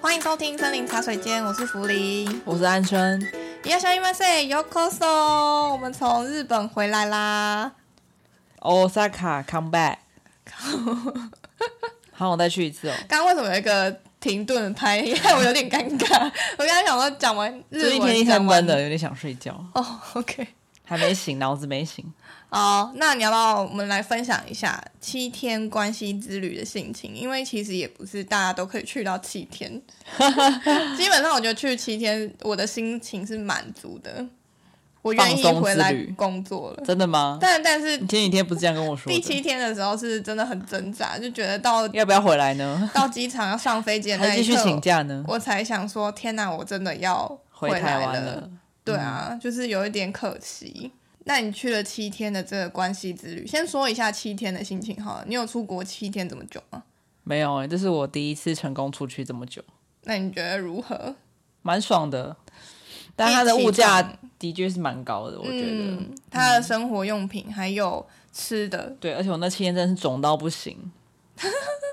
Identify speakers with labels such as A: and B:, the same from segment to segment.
A: 欢迎收听森林茶水间，我是福林。
B: 我是安春，
A: いらっしゃいませ、ようこそ。我们从日本回来啦。
B: Osaka come back，好，我再去一次哦。
A: 刚刚为什么有一个停顿的拍？因为我有点尴尬。 我刚刚想说讲完日
B: 最
A: 文，
B: 近天气太
A: 讲完
B: 闷了，有点想睡觉，
A: 哦，OK。
B: 还没醒，脑子没 醒。
A: 好，那你要不要我们来分享一下七天关系之旅的心情？因为其实也不是大家都可以去到七 天，基本上我觉得去七天，我的心情是满足的，我愿意
B: 放松
A: 回
B: 之
A: 来
B: 旅
A: 工作了。
B: 真的吗？
A: 但但是
B: 你前几天不是这样跟我说
A: 第
B: 的？
A: 七天的时候是真的很挣扎，就觉得到
B: 要不要回来呢？
A: 到机场要上飞机的
B: 还
A: 那
B: 是
A: 一
B: 继续请
A: 刻，
B: 假呢？
A: 我才想说，天哪，我真的要
B: 回
A: 来
B: 台湾嗯
A: 了。。对啊，就是有一点可惜。那你去了七天的这个关系之旅，先说一下七天的心情好了。你有出国七天这么久吗？
B: 没有哎，这是我第一次成功出去这么久，
A: 那你觉得如何？
B: 蛮爽的。但它的
A: 一起
B: 物价
A: 逛
B: 的确是蛮高的，我觉得。
A: 嗯，他的生活用品还有吃的，
B: 对，而且我那七天真的是肿到不行，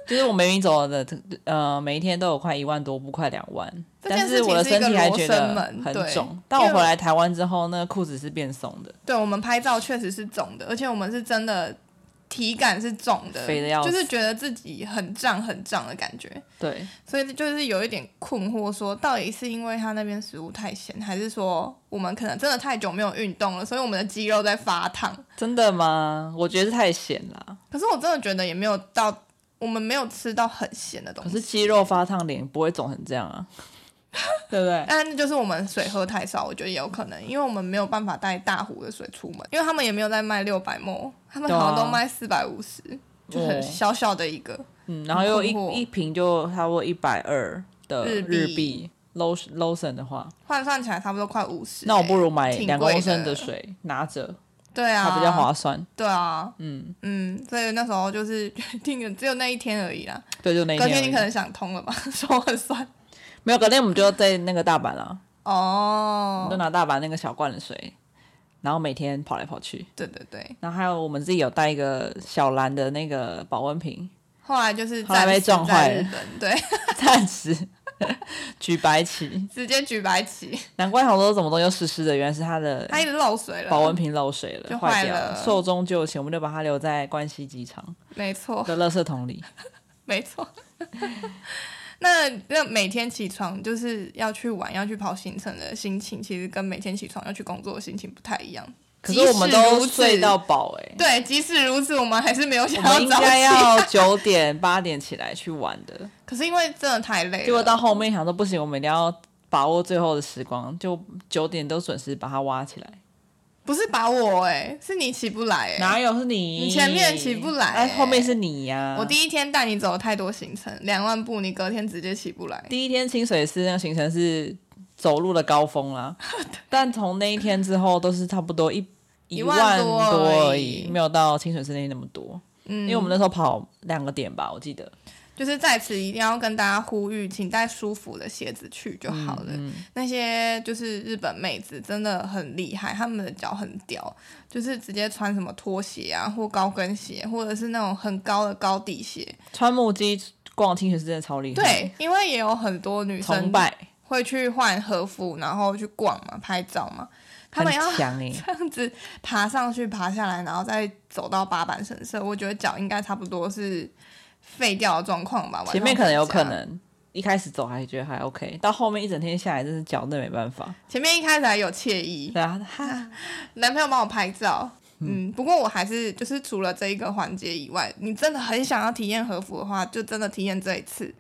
B: 就是我明明走的呃每一天都有快一万多步，快两万，
A: 这
B: 但
A: 件
B: 是
A: 事情
B: 我的
A: 是一
B: 身
A: 个
B: 体还
A: 罗
B: 觉
A: 生
B: 得
A: 门
B: 很
A: 对
B: 肿。但
A: 因
B: 我
A: 为
B: 回来台湾之后，那个裤子是变松的，
A: 对我们拍照确实是肿的，而且我们是真的体感是肿的，
B: 肥得要死
A: 就是觉得自己很胀很胀的感觉。
B: 对，
A: 所以就是有一点困惑说，到底是因为他那边食物太咸，还是说我们可能真的太久没有运动了，所以我们的肌肉在发烫。
B: 真的吗？我觉得是太咸了，
A: 可是我真的觉得也没有到，我们没有吃到很咸的东
B: 可
A: 西。
B: 是肌肉发烫，脸不会肿成这 样啊，对不对？
A: 但那就是我们水喝太少，我觉得也有可能，因为我们没有办法带大壶的水出门，因为他们也没有在卖六百沫，他们
B: 对啊
A: 好像都卖四百五十，就很
B: 哦
A: 小小的一个。
B: 嗯，然后又
A: 困惑
B: 一一瓶就差不多一百二的
A: 日币
B: 日币。low low 省的话，
A: 换算起来差不多快五十、
B: 哦那我不如买
A: 挺
B: 两
A: 贵
B: 公升
A: 的
B: 的水拿着，
A: 对啊，
B: 它比较划算。
A: 对啊，
B: 嗯，
A: 嗯，所以那时候就是决定了，只有那一天而已啦。
B: 对，就那一
A: 隔
B: 天而
A: 天
B: 已。
A: 你可能想通了吧， 手很酸。
B: 没有，隔天我们就在那个大阪了、我们
A: 哦，
B: 就拿大阪那个小罐的水，然后每天跑来跑去。
A: 对对对，
B: 然后还有我们自己有带一个小蓝的那个保温瓶，
A: 后来就是
B: 后来被
A: 暂时
B: 撞
A: 在
B: 坏
A: 日
B: 了
A: 本，对，
B: 暂时 举白旗。
A: 直接举白旗，
B: 难怪好多什么东西都湿湿的，原来是它的
A: 它一直漏水了。
B: 保温瓶漏水
A: 就
B: 了，
A: 坏
B: 坏掉
A: 了
B: 寿终就寝，我们就把它留在关西机场
A: 没错，
B: 的垃圾桶里。
A: 没错。 那那每天起床就是要去玩、要去跑行程的心情，其实跟每天起床要去工作的心情不太一样。
B: 可是我们
A: 即使如
B: 都
A: 此
B: 睡到饱哎、
A: 对，即使如此，我们还是没有
B: 我
A: 想
B: 们
A: 要
B: 应
A: 早
B: 该
A: 起。
B: 要九点八点起来去玩的。
A: 可是因为真的太累了，
B: 结果到后面想说不行，我们一定要把握最后的时光，就九点都准时把它挖起来。
A: 不是把我哎、是你起不来哎、
B: 哪有是你？
A: 你前面起不来
B: 哎，
A: 欸
B: 后面是你呀、
A: 我第一天带你走了太多行程，两万步，你隔天直接起不来。
B: 第一天清水寺那个行程是走路的高 峰啦，但从那一天之后都是差不多一
A: 一
B: 一
A: 万
B: 万
A: 多
B: 多
A: 而
B: 而
A: 已
B: 已，没有到清水寺那天那么多。
A: 嗯，
B: 因为我们那时候跑两个点吧，我记得。
A: 就是在此一定要跟大家呼吁，请带舒服的鞋子去就好了。
B: 嗯
A: 那些就是日本妹子真的很厉害，她们的脚很屌，就是直接穿什么拖鞋啊，或高跟鞋，或者是那种很高的高底鞋。
B: 川木鸡逛清水寺真的超厉害，，
A: 对，因为也有很多女生
B: 崇拜，
A: 会去换和服，然后去逛嘛，拍照嘛。她们要
B: 很 强哎、
A: 这样子爬上去、爬下来，然后再走到八坂神社，我觉得脚应该差不多是废掉的状况吧。晚上
B: 前面可能有可
A: 回家，
B: 能一开始走还觉得还 OK，到后面一整天下来，真是脚那没办法。
A: 前面一开始还有惬意，
B: 对啊，哈，
A: 男朋友帮我拍照。嗯，不过我还是就是除了这一个环节以外，你真的很想要体验和服的话，就真的体验这一次。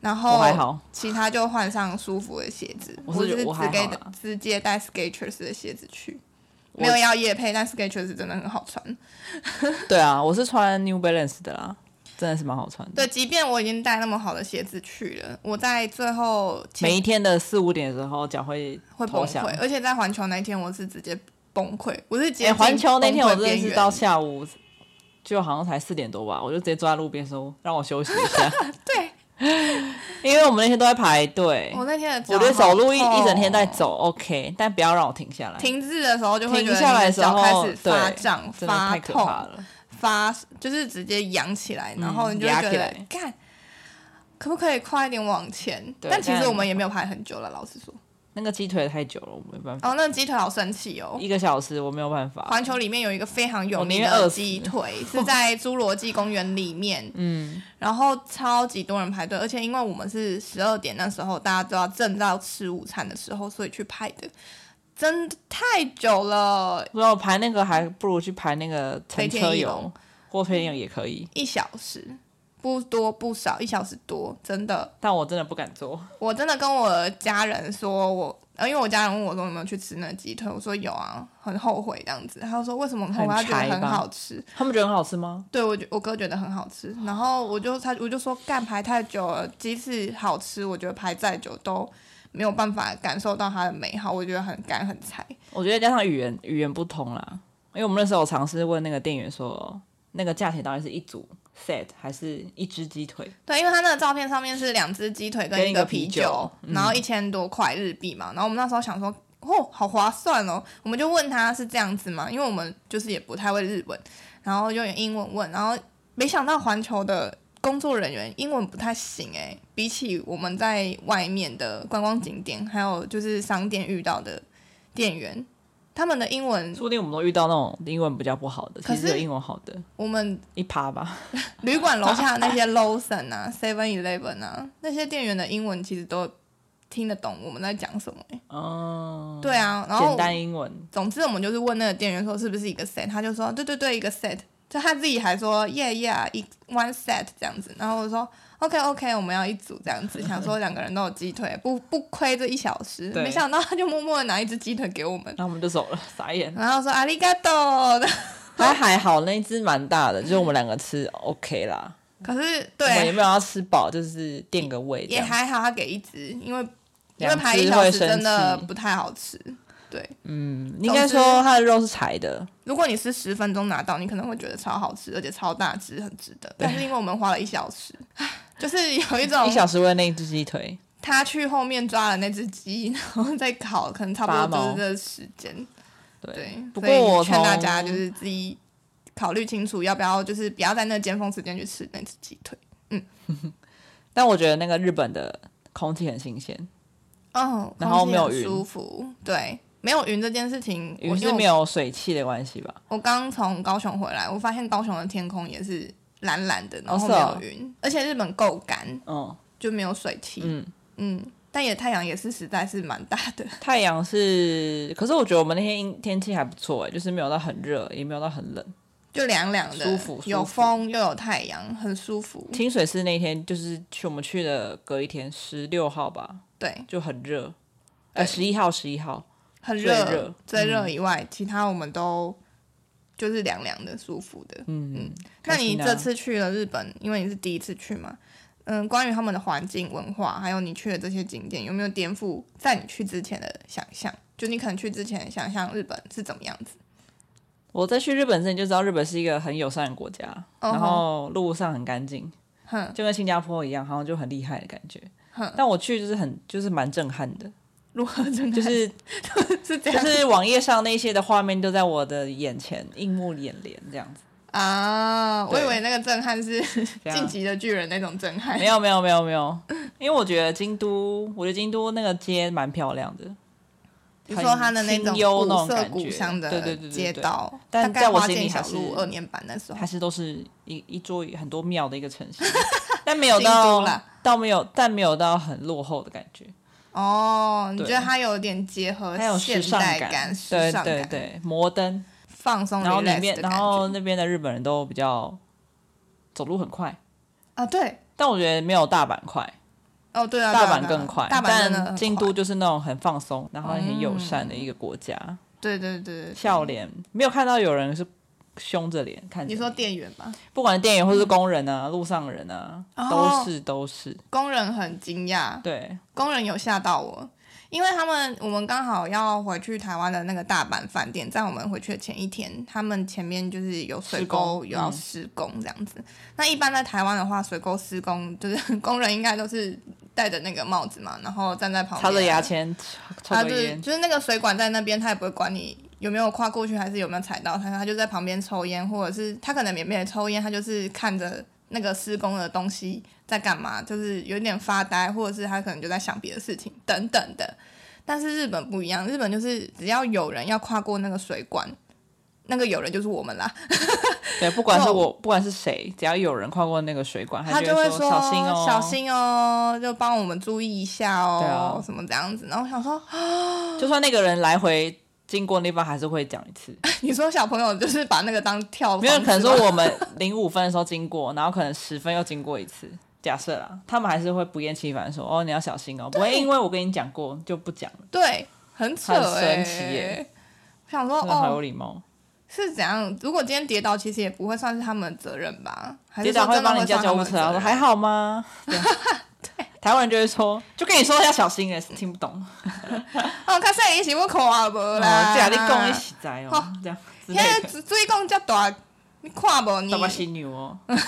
A: 然
B: 我
A: 后
B: 还好，
A: 其他就换上舒服的鞋子，
B: 我
A: 或
B: 是
A: 者
B: 觉
A: 是
B: 得我
A: 直
B: 还
A: 接
B: 好啦
A: 直接带 Skechers 的鞋子去，
B: 我
A: 没有要夜配，但 Skechers 真的很好穿。
B: 对啊，我是穿 New Balance 的啦，真的是蛮好穿的。
A: 对，即便我已经带那么好的鞋子去了，我在最后前
B: 每一天的四五点的时候，脚会
A: 会崩
B: 投降。
A: 溃，而且在环球那一天我是直接崩溃，我是接
B: 哎，
A: 近
B: 环球那天我
A: 崩
B: 真
A: 溃
B: 的
A: 边
B: 是
A: 缘
B: 到下午，就好像才四点多吧，我就直接坐在路边说让我休息一下。
A: 对，
B: 因为我们那天都在排队，
A: 哦我那天的脚
B: 我觉得走路一
A: 好痛
B: 一整天在走 OK，但不要让我停下来。
A: 停滞的时候就会觉
B: 停
A: 得
B: 下来
A: 你
B: 的
A: 的
B: 时
A: 脚
B: 候，
A: 开始发
B: 对
A: 胀、
B: 真的
A: 发
B: 太可怕
A: 痛、
B: 了。
A: 发就是直接痒起来，然后
B: 嗯
A: 你就会
B: 压
A: 觉
B: 起
A: 得
B: 来
A: 干。可不可以快一点往前？
B: 对
A: 但其实
B: 但
A: 我们也没有排很久了，老实说。
B: 那个鸡腿太久了，我没办法，
A: 哦，那个鸡腿好生气哦！
B: 一个小时我没有办法。
A: 环球里面有一个非常有
B: 我宁
A: 名
B: 愿
A: 的
B: 哦饿死
A: 鸡腿，是在侏罗纪公园里面，
B: 嗯，
A: 然后超级多人排队，而且因为我们是十二点那时候，大家都要正到吃午餐的时候，所以去排的，真的太久了，
B: 不知道排那个还不如去排那个乘
A: 飞
B: 车
A: 天翼
B: 游
A: 龙
B: 或飞天游也可以，
A: 一小时不多不少，一小时多，真的。
B: 但我真的不敢做。
A: 我真的跟我家人说我，呃，因为我家人问我说有没有去吃那个鸡腿，我说有啊，很后悔这样子。他就说为什么很后悔？他
B: 很
A: 觉得
B: 柴
A: 很
B: 吧
A: 好吃。
B: 他们觉得很好吃吗？
A: 对我觉我哥觉得很好吃，然后我就他我就说干排太久了，即使好吃，我觉得排再久都没有办法感受到它的美好，我觉得很干很柴。
B: 我觉得加上语言语言不通啦，因为我们那时候有尝试问那个店员说，那个价钱到底是一组 set 还是一只鸡腿？
A: 对，因为他那个照片上面是两只鸡腿
B: 跟
A: 跟
B: 一
A: 一
B: 个
A: 个
B: 啤
A: 啤
B: 酒嗯
A: 酒，然后一千多块日币嘛。然后我们那时候想说，哦，好划算哦，我们就问他是这样子嘛，因为我们就是也不太会日文，然后用英文问，然后没想到环球的工作人员英文不太行诶，比起我们在外面的观光景点，还有就是商店遇到的店员，他们的英文
B: 说不定我们都遇到那种英文比较不好的，
A: 可
B: 其
A: 是
B: 实有英文好的
A: 我们
B: 一趴吧。
A: 旅馆楼下那些 Lawson 啊、Seven Eleven 啊，那些店员的英文其实都听得懂我们在讲什么、欸。
B: 哦，
A: 对啊，然
B: 简
A: 后
B: 单英文，
A: 总之我们就是问那个店员说是不是一个 set，他就说对对对，一个 set。就他自己还说 yeah yeah 一 one set 这样子，然后我说 OK OK 我们要一组这 样子，想说两个人都有鸡腿，不不亏这一小时。
B: 对
A: 没想到他就默默的拿一只鸡腿给我们，
B: 然后我们就走 了，傻眼。
A: 然后说阿里嘎多。
B: 还还好，那一只蛮大的，就是我们两个吃 OK 啦。
A: 可是
B: 我们也
A: 对
B: 没有要吃饱，就是垫个胃这
A: 也
B: 样。
A: 还好，他给一只，因为因为
B: 两
A: 排
B: 只
A: 一小
B: 会
A: 时
B: 生
A: 真的
B: 气
A: 不太好吃。对，
B: 嗯，应该
A: 总之
B: 说它的肉是柴的，
A: 如果你是十分钟拿到，你可能会觉得超好吃，而且超大只，很值得。但是因为我们花了一小 时，唉就是有一种
B: 一小时为那一只鸡腿。
A: 他去后面抓了那只鸡，然后再烤，可能差不
B: 拔
A: 多就
B: 毛
A: 是这个时间。对
B: 对，，不
A: 所以
B: 过我
A: 劝大
B: 从
A: 家就是自己考虑清楚，要不要就是不要在那尖峰时间去吃那只鸡腿。
B: 但我觉得那个日本的空气很新鲜，
A: 哦，
B: 然后
A: 空气
B: 没有
A: 很
B: 云
A: 舒服，对，没有云这件事情，我
B: 云是
A: 因为我
B: 没有水汽的关系吧？
A: 我刚从高雄回来，我发现高雄的天空也是蓝蓝的，然后
B: 是
A: 没
B: 哦
A: 有云，而且日本够干，
B: 嗯
A: 就没有水汽。
B: 嗯，
A: 嗯，但也太阳也是实在是蛮大的。
B: 太阳是，可是我觉得我们那天阴天气还不错哎，就是没有到很热，也没有到很冷。
A: 就凉凉的，
B: 舒服舒服
A: 有风又有太阳，很舒服。
B: 清水寺那天就是去我们去的隔一天，十六号吧，
A: 对，
B: 就很热，呃，
A: 对
B: 十一号十一号，
A: 很
B: 最
A: 热，
B: 热嗯
A: 最热以外，其他我们都就是凉凉的、舒服的。
B: 嗯，
A: 那
B: 开心
A: 你
B: 啊
A: 这次去了日本，因为你是第一次去嘛，嗯，关于他们的环境、文化，还有你去的这些景点，有没有颠覆在你去之前的想象？就你可能去之前想象日本是怎么样子？
B: 我在去日本之前就知道日本是一个很友善的国家
A: 嗯哼
B: 然后路上很干净，
A: 哼
B: 就跟新加坡一样，好像就很厉害的感觉。但我去就是很就是蛮震撼 的，
A: 如何真的
B: 就是
A: 是这
B: 就
A: 样、
B: 是网页上那些的画面都在我的眼前，映目眼帘这 样子。
A: 啊？我
B: 对
A: 以为那个震撼是
B: 这
A: 晋
B: 样
A: 级的巨人那种震撼
B: 没。有没有没有没有，因为我觉得京都，我觉得京都那个街蛮漂亮的，
A: 你说他的那种
B: 很清幽那
A: 古
B: 种
A: 色
B: 感
A: 古
B: 觉
A: 香
B: 对
A: 的
B: 对对对
A: 街
B: 对
A: 道，
B: 但
A: 大
B: 在
A: 概
B: 我
A: 花
B: 心里
A: 店
B: 还
A: 小
B: 是
A: 路二年版那时候
B: 还，是都是一一座很多庙的一个城 市，但没有
A: 京都
B: 到
A: 啦
B: 到没有但没有到很落后的感觉，
A: 哦，你
B: 对
A: 觉得它有点结合
B: 还有时
A: 现
B: 尚
A: 代时
B: 对
A: 尚
B: 对
A: 感，
B: 对，摩登，
A: 放松
B: 然后里
A: relax
B: 面
A: 的
B: 然
A: 感
B: 后
A: 觉
B: 那边的日本人都比较走路很快，
A: 啊，对，
B: 但我觉得没有大阪快。
A: 哦对啊，
B: 大
A: 对啊对
B: 阪
A: 啊
B: 更快，
A: 大阪真的
B: 但
A: 很
B: 京
A: 快嗯
B: 都就是那种很放松，然后很友善的一个国家。
A: 对对对对，
B: 笑脸没有看到有人是凶着脸看着
A: 你说店员吧，
B: 不管是店员或是工人啊，路上人啊，
A: 哦
B: 都是都是
A: 工人很惊讶，
B: 对，
A: 工人有吓到我，因为他们我们刚好要回去台湾的那个大阪饭店，在我们回去的前一天，他们前面就是有水
B: 施
A: 沟
B: 工
A: 有要
B: 嗯
A: 施工这样子。那一般在台湾的话，水沟施工就是 工人应该都是戴着那个帽子嘛，然后站在旁边
B: 插着牙，签，抽
A: 他
B: 抽
A: 就
B: 着
A: 是
B: 烟，
A: 就是那个水管在那边，他也不会管你。有没有跨过去，还是有没有踩到他？他就在旁边抽烟，或者是他可能也没有抽烟，他就是看着那个施工的东西在干嘛，就是有点发呆，或者是他可能就在想别的事情等等的。但是日本不一样，日本就是只要有人要跨过那个水管，那个有人就是我们啦，
B: 对，不管是
A: 那
B: 我，不管是谁，只要有人跨过那个水管，
A: 他
B: 就
A: 会
B: 说小心哦，
A: 小。心哦，就帮我们注意一下
B: 对
A: 哦，
B: 啊
A: 什么这样子。然后我想说，
B: 就算那个人来回经过那地方，还是会讲一次。
A: 你说小朋友就是把那个当跳，
B: 没有可能说我们零五分的时候经过，然后可能十分又经过一次。假设啦，他们还是会不厌其烦地说：“哦，你要小心哦，不会因为我跟你讲过就不讲了，
A: 对，很扯、
B: 很
A: 欸，
B: 神奇耶
A: 我想说
B: 真的好有
A: 哦，
B: 礼貌。
A: 是怎样？如果今天跌倒，其实也不会算是他们的责任吧？还
B: 跌
A: 是
B: 倒
A: 说
B: 会
A: 真的
B: 帮你叫
A: 算
B: 救
A: 他
B: 护
A: 们的
B: 车，然后
A: 责任
B: 说还好吗？对，啊 台湾人就会说，就跟你说要小心哎，听不懂，哦
A: 哦，卡塞一起我口啊不啦，
B: 这两天共一起在哦
A: 好，
B: 这样之类
A: 现
B: 的，
A: 在追共叫大，你看不你
B: 什么犀牛哦
A: 嗯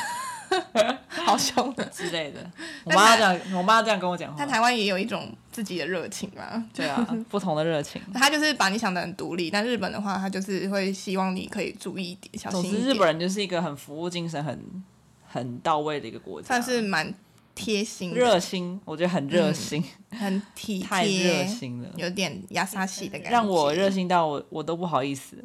A: 好凶的。
B: 之 类的。我妈这样，我妈这样跟我讲话
A: 但。台湾也有一种自己的热情嘛，
B: 对啊，不同的热情。
A: 他就是把你想的很独立，但日本的话，他就是会希望你可以注意一点，小
B: 总
A: 心一
B: 之，
A: 点。
B: 日本人就是一个很服务精神很很到位的一个国家，
A: 算是蛮贴心的，
B: 热心，我觉得很热心，
A: 很体贴，
B: 太热心了，
A: 有点亚沙系的感觉，
B: 让我热心到我我都不好 意思。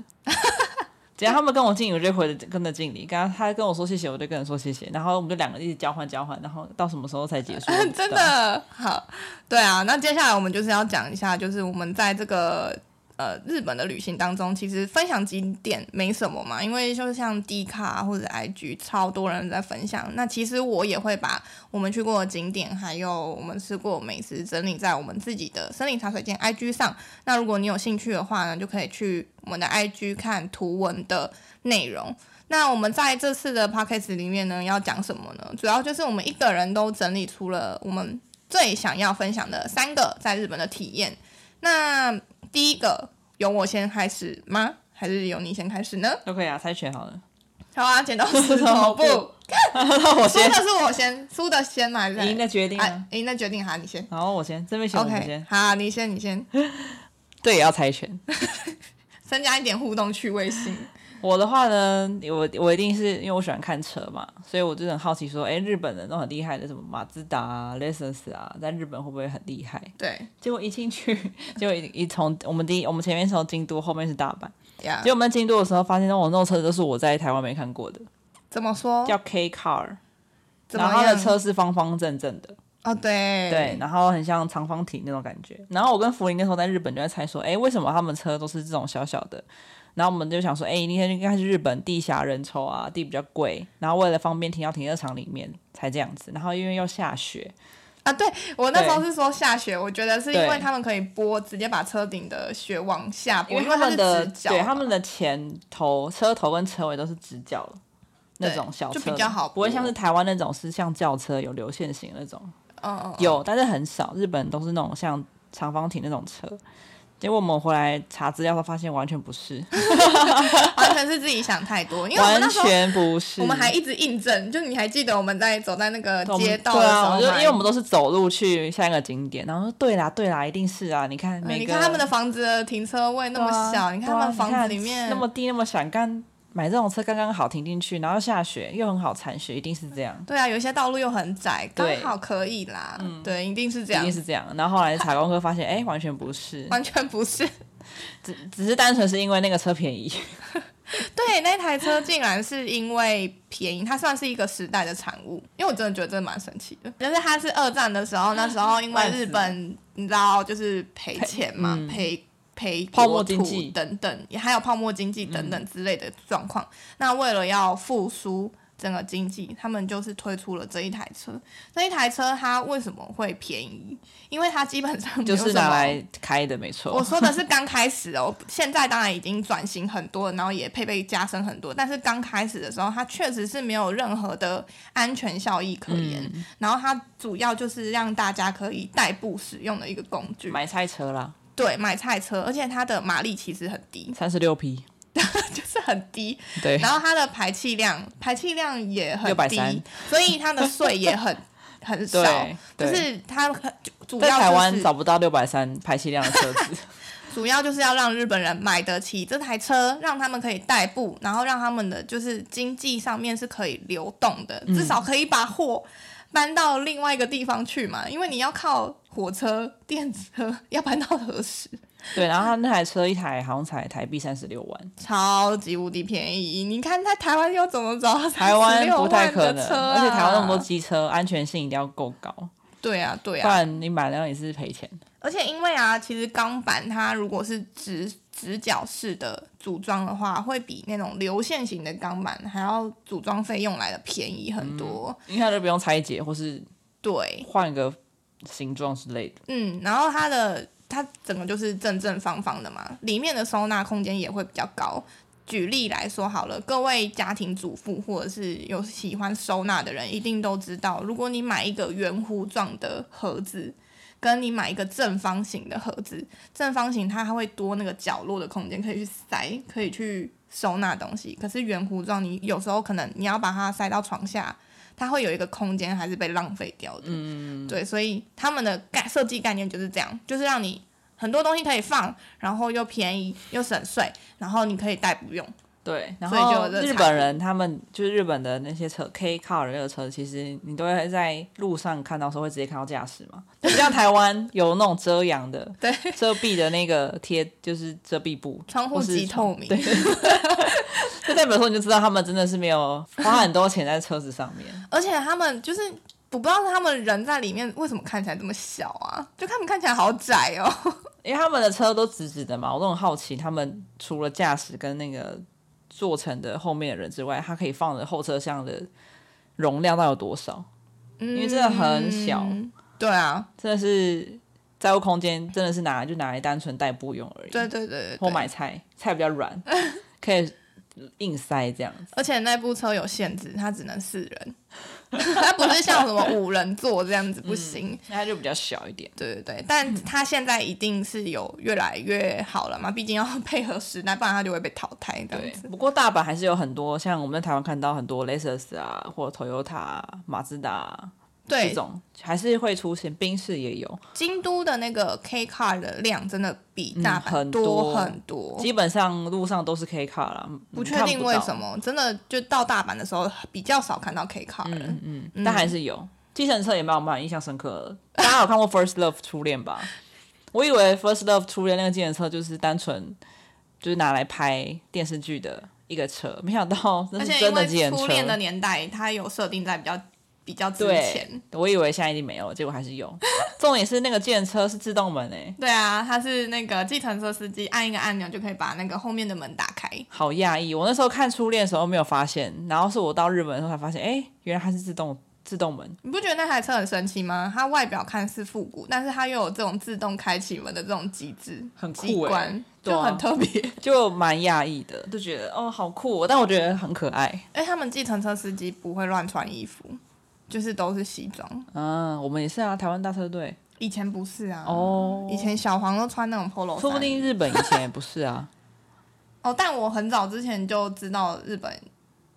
B: 只要他们跟我敬礼，我就回着跟着敬礼。刚刚他跟我说谢谢，我就跟人说谢谢，然后我们就两个一直交换交换，然后到什么时候才结 束？我不知
A: 真
B: 道，
A: 的好，对啊。那接下来我们就是要讲一下，就是我们在这个呃日本的旅行当中，其实分享景点没什么嘛，因为就像 D 卡或者 IG 超多人在分享。那其实我也会把我们去过的景点，还有我们吃过的美食整理在我们自己的森林茶水间 IG 上。那如果你有兴趣的话呢，就可以去我们的 IG 看图文的内容。那我们在这次的 podcast 里面呢，要讲什么呢？主要就是我们一个人都整理出了我们最想要分享的三个在日本的体验。那第一个由我先开始吗？还是由你先开始呢？
B: 都可以啊，猜拳好了。
A: 好啊，剪刀石头布，
B: 我
A: 输
B: 先
A: 的是哦我先，输的先嘛，还是
B: 赢的决定啊
A: 哎，，赢的决定哈，你先。
B: 然后我先，这边选我先
A: OK，，好，你先，你先，
B: 对，也要猜拳。
A: 增加一点互动趣味性。
B: 我的话呢，我我一定是因为我喜欢看车嘛，所以我就很好奇说，哎，日本人都很厉害的，什么马自达啊、Lexus 啊，在日本会不会很厉害？
A: 对
B: 结果一进去， 结果一一从我们第一，我们前面是从京都，后面是大阪。
A: 呀
B: 结果我们在京都的时候，发现哦那种弄车的都是我在台湾没看过的，
A: 怎么说？
B: 叫 K Car，
A: 哦怎
B: 然
A: 么
B: 后它
A: 样？
B: 的车是方方正正的，
A: 哦，对
B: 对，，然后很像长方体那种感觉。然后我跟福林那时候在日本就在猜说，哎，为什么他们车都是这种小小的？然后我们就想说，哎，应该应该是日本地狭人稠啊，地比较贵，然后为了方便停到停车场里面才这样子。然后因为要下雪，
A: 啊，对我那时候是说下雪，我觉得是因
B: 对
A: 为他们可以拨，直接把车顶的雪往下拨，
B: 因
A: 因
B: 为他
A: 它
B: 们的
A: 是直角嘛，
B: 对他们的前头车头跟车尾都是直角的那
A: 对
B: 种小车
A: 就
B: 的，
A: 比较好
B: 不会像
A: 播
B: 是台湾那种是像轿车有流线型那种，
A: 嗯嗯嗯
B: 有但是很少，日本都是那种像长方体那种车。结果我们回来查资料，发现完全不是，
A: 完全是自己想太多，因为我们
B: 完
A: 那时候
B: 全不是。
A: 我们还一直印证，就你还记得我们在走在那个
B: 我们
A: 街道
B: 对
A: 的时
B: 啊，
A: 候吗，
B: 我就因为我们都是走路去下一个景点，然后说对啦对啦，一定是啊，你看
A: 嗯
B: 每个、
A: 你看他们的房子的停车位那
B: 对啊
A: 么小，你看他们
B: 对啊
A: 房子里面
B: 那么低那么小，刚买这种车刚刚好停进去，然后下雪又很好铲雪，一定是这样。
A: 对啊，有一些道路又很窄，刚
B: 对嗯
A: 好可以啦，对，一定是这
B: 一
A: 样啊
B: 定，是这样。然后后来查功课发现，哎、完全不是，
A: 完全不是。
B: 只只是单纯是因为那个车便宜。
A: 对，那台车竟然是因为便宜，它算是一个时代的产物，因为我真的觉得真的蛮神奇的。就是它是二战的时候，那时候 因为
B: 烂死
A: 日本你知道就是赔钱嘛，
B: 嗯
A: 赔赔
B: 泡
A: 国
B: 沫经
A: 土
B: 济
A: 等等，也还有泡沫经济等等之类的状况。那为了要复苏。整个经济，他们就是推出了这一台车。那一台车它为什么会便宜？因为它基本上没
B: 就
A: 有
B: 是
A: 什
B: 拿
A: 么
B: 来开的，没
A: 我
B: 错。
A: 说的是刚开始哦，现在当然已经转型很多，然后也配备加深很多，但是刚开始的时候，它确实是没有任何的安全效益可言。
B: 嗯
A: 然后它主要就是让大家可以代步使用的一个工具，
B: 买菜车啦，
A: 对，买菜车，而且它的马力其实很低，
B: 三十六匹，
A: 就是很低，
B: 对，
A: 然后它的排气量排气量也很
B: 630
A: 低，所以它的税也 很很少
B: 对，
A: 就
B: 对
A: 是它主
B: 在
A: 要
B: 台湾
A: 就是
B: 找不到六百三排气量的车子，
A: 主要就是要让日本人买得起这台车，让他们可以代步，然后让他们的就是经济上面是可以流动的，
B: 嗯
A: 至少可以把货搬到另外一个地方去嘛。因为你要靠火车、电车要搬到何时？
B: 对，然后他那台车一台好像才台币三十六万，
A: 超级无敌便宜！你看在台湾又怎么找到
B: 台湾
A: 36
B: 不太
A: 万
B: 可
A: 的
B: 能，
A: 车啊、
B: 而且台湾那么多机车，安全性一定要够高，
A: 对啊对
B: 不
A: 啊，
B: 然你买了也是赔钱。
A: 而且因为啊，其实钢板它如果是直直角式的组装的话，会比那种流线型的钢板还要组装费用来的便宜很多。
B: 因为它就不用拆解或是
A: 对，
B: 换个形状之类的。
A: 嗯，然后它的它整个就是正正方方的嘛，里面的收纳空间也会比较高。举例来说好了，各位家庭主妇或者是有喜欢收纳的人，一定都知道，如果你买一个圆弧状的盒子，跟你买一个正方形的盒子，正方形它还会多那个角落的空间，可以去塞，可以去收纳东西。可是圆弧状，你有时候可能你要把它塞到床下，它会有一个空间还是被浪费掉的。
B: 嗯
A: 对，所以他们的概设计概念就是这样，就是让你很多东西可以放，然后又便宜又省税，然后你可以代步用。
B: 对，然
A: 所以就
B: 后
A: 有这个
B: 日
A: 差
B: 本人他们就是日本的那些车 K car 的那个车，其实你都会在路上看到的时候会直接看到驾驶嘛，就不像台湾有那种遮阳的、
A: 对，
B: 遮蔽的那个贴，就是遮蔽布，
A: 窗户
B: 或是
A: 极透明
B: 对，就代表说你就知道他们真的是没有花很多钱在车子上面。
A: 而且他们就是我不知道他们人在里面为什么看起来这么小啊，就他们看起来好窄哦。
B: 因为他们的车都直直的嘛，我都很好奇，他们除了驾驶跟那个坐乘的后面的人之外，它可以放的后车厢的容量到底有多少？
A: 因
B: 为真的很小
A: 对啊，
B: 真的是载物空间，真的是拿来就拿来单纯代步用而已。
A: 对，对对对
B: 或
A: 对。
B: 买菜，菜比较软，可以硬塞这样子。
A: 而且那部车有限制，它只能四人， 它不是像什么五人座这样子不行。
B: 那它就比较小一点。
A: 对对对，但
B: 嗯
A: 它现在一定是有越来越好了嘛，毕竟要配合时代，不然它就会被淘汰这
B: 对
A: 样，子。
B: 不过大阪还是有很多，像我们在台湾看到很多 Lexus 啊，或 Toyota 啊、马自达啊这
A: 对，
B: 种，还是会出现。宾士也有，
A: 京都的那个 K car 的量真的比大
B: 嗯很
A: 阪多
B: 多
A: 很多，
B: 基本上路上都是 K car 啦，
A: 不
B: 你
A: 确
B: 看
A: 定
B: 不
A: 为
B: 到
A: 什，么，真的就到大阪的时候比较少看到 K car 了。
B: 嗯但
A: 嗯
B: 还是有。计程车也蛮我蛮印象深刻的，大家有看过《First Love 初恋》吧？ 我以为《First Love 初恋》那个计程车就是单纯就是拿来拍电视剧的一个车，没想到那
A: 而
B: 是
A: 且因
B: 真的计
A: 为
B: 程
A: 初恋的
B: 车。
A: 年代，它有设定在比较比较之前
B: 对。，我以为现在已经没有了，结果还是有。 重点是那个计程车是自动门诶、欸
A: 对啊，它是那个计程车司机按一个按钮就可以把那个后面的门打开。
B: 好讶异！我那时候看初恋的时候没有发现，然后是我到日本的时候才发现，哎、原来它是自动自动门。
A: 你不觉得那台车很神奇吗？它外表看似复古，但是它又有这种自动开启门的这种机制，
B: 很酷
A: 机
B: 欸
A: 关，
B: 对啊
A: 就很特别。
B: 就蛮讶异的，就觉得哦好酷、哦，但我觉得很可爱。
A: 哎、他们计程车司机不会乱穿衣服，就是都是西装。
B: 嗯，我们也是啊，台湾大车队
A: 以前不是啊，
B: 哦
A: 以前小黄都穿那种 polo 衫，
B: 说不定日本以前也不是 啊。
A: 哦。但我很早之前就知道日本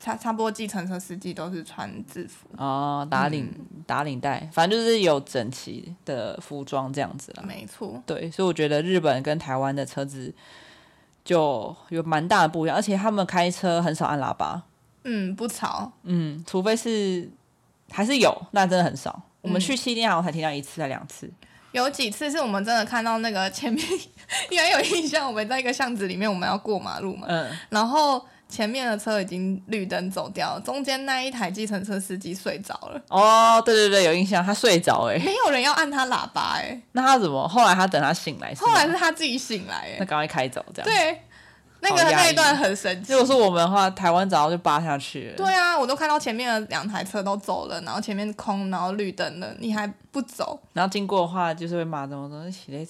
A: 差差不多计程车司机都是穿制服，
B: 哦，打领、打领带，反正就是有整齐的服装这样子啦。
A: 没错。
B: 对，所以我觉得日本跟台湾的车子就有蛮大的不一样，而且他们开车很少按喇叭，
A: 嗯，不吵，
B: 嗯，除非是还是有，那真的很少。我们
A: 嗯
B: 去气店好像才听到一次还两次，
A: 有几次是我们真的看到那个前面， 你还有印象？我们在一个巷子里面，我们要过马路嘛，
B: 嗯，
A: 然后前面的车已经绿灯走掉了，中间那一台计程车司机睡着了，
B: 哦，对对对，有印象，他睡着哎、欸
A: 没有人要按他喇叭哎、
B: 那他怎么？后来他等他醒来，
A: 后来
B: 吗
A: 是他自己醒来哎、
B: 那赶快开走这样。，
A: 对，那个
B: 好压抑
A: 那一段很神奇
B: 如。果是我们的话，台湾早就扒下去了。
A: 对啊，我都看到前面的两台车都走了，然后前面空，然后绿灯了，你还不走，
B: 然后经过的话，就是会骂这么多起来。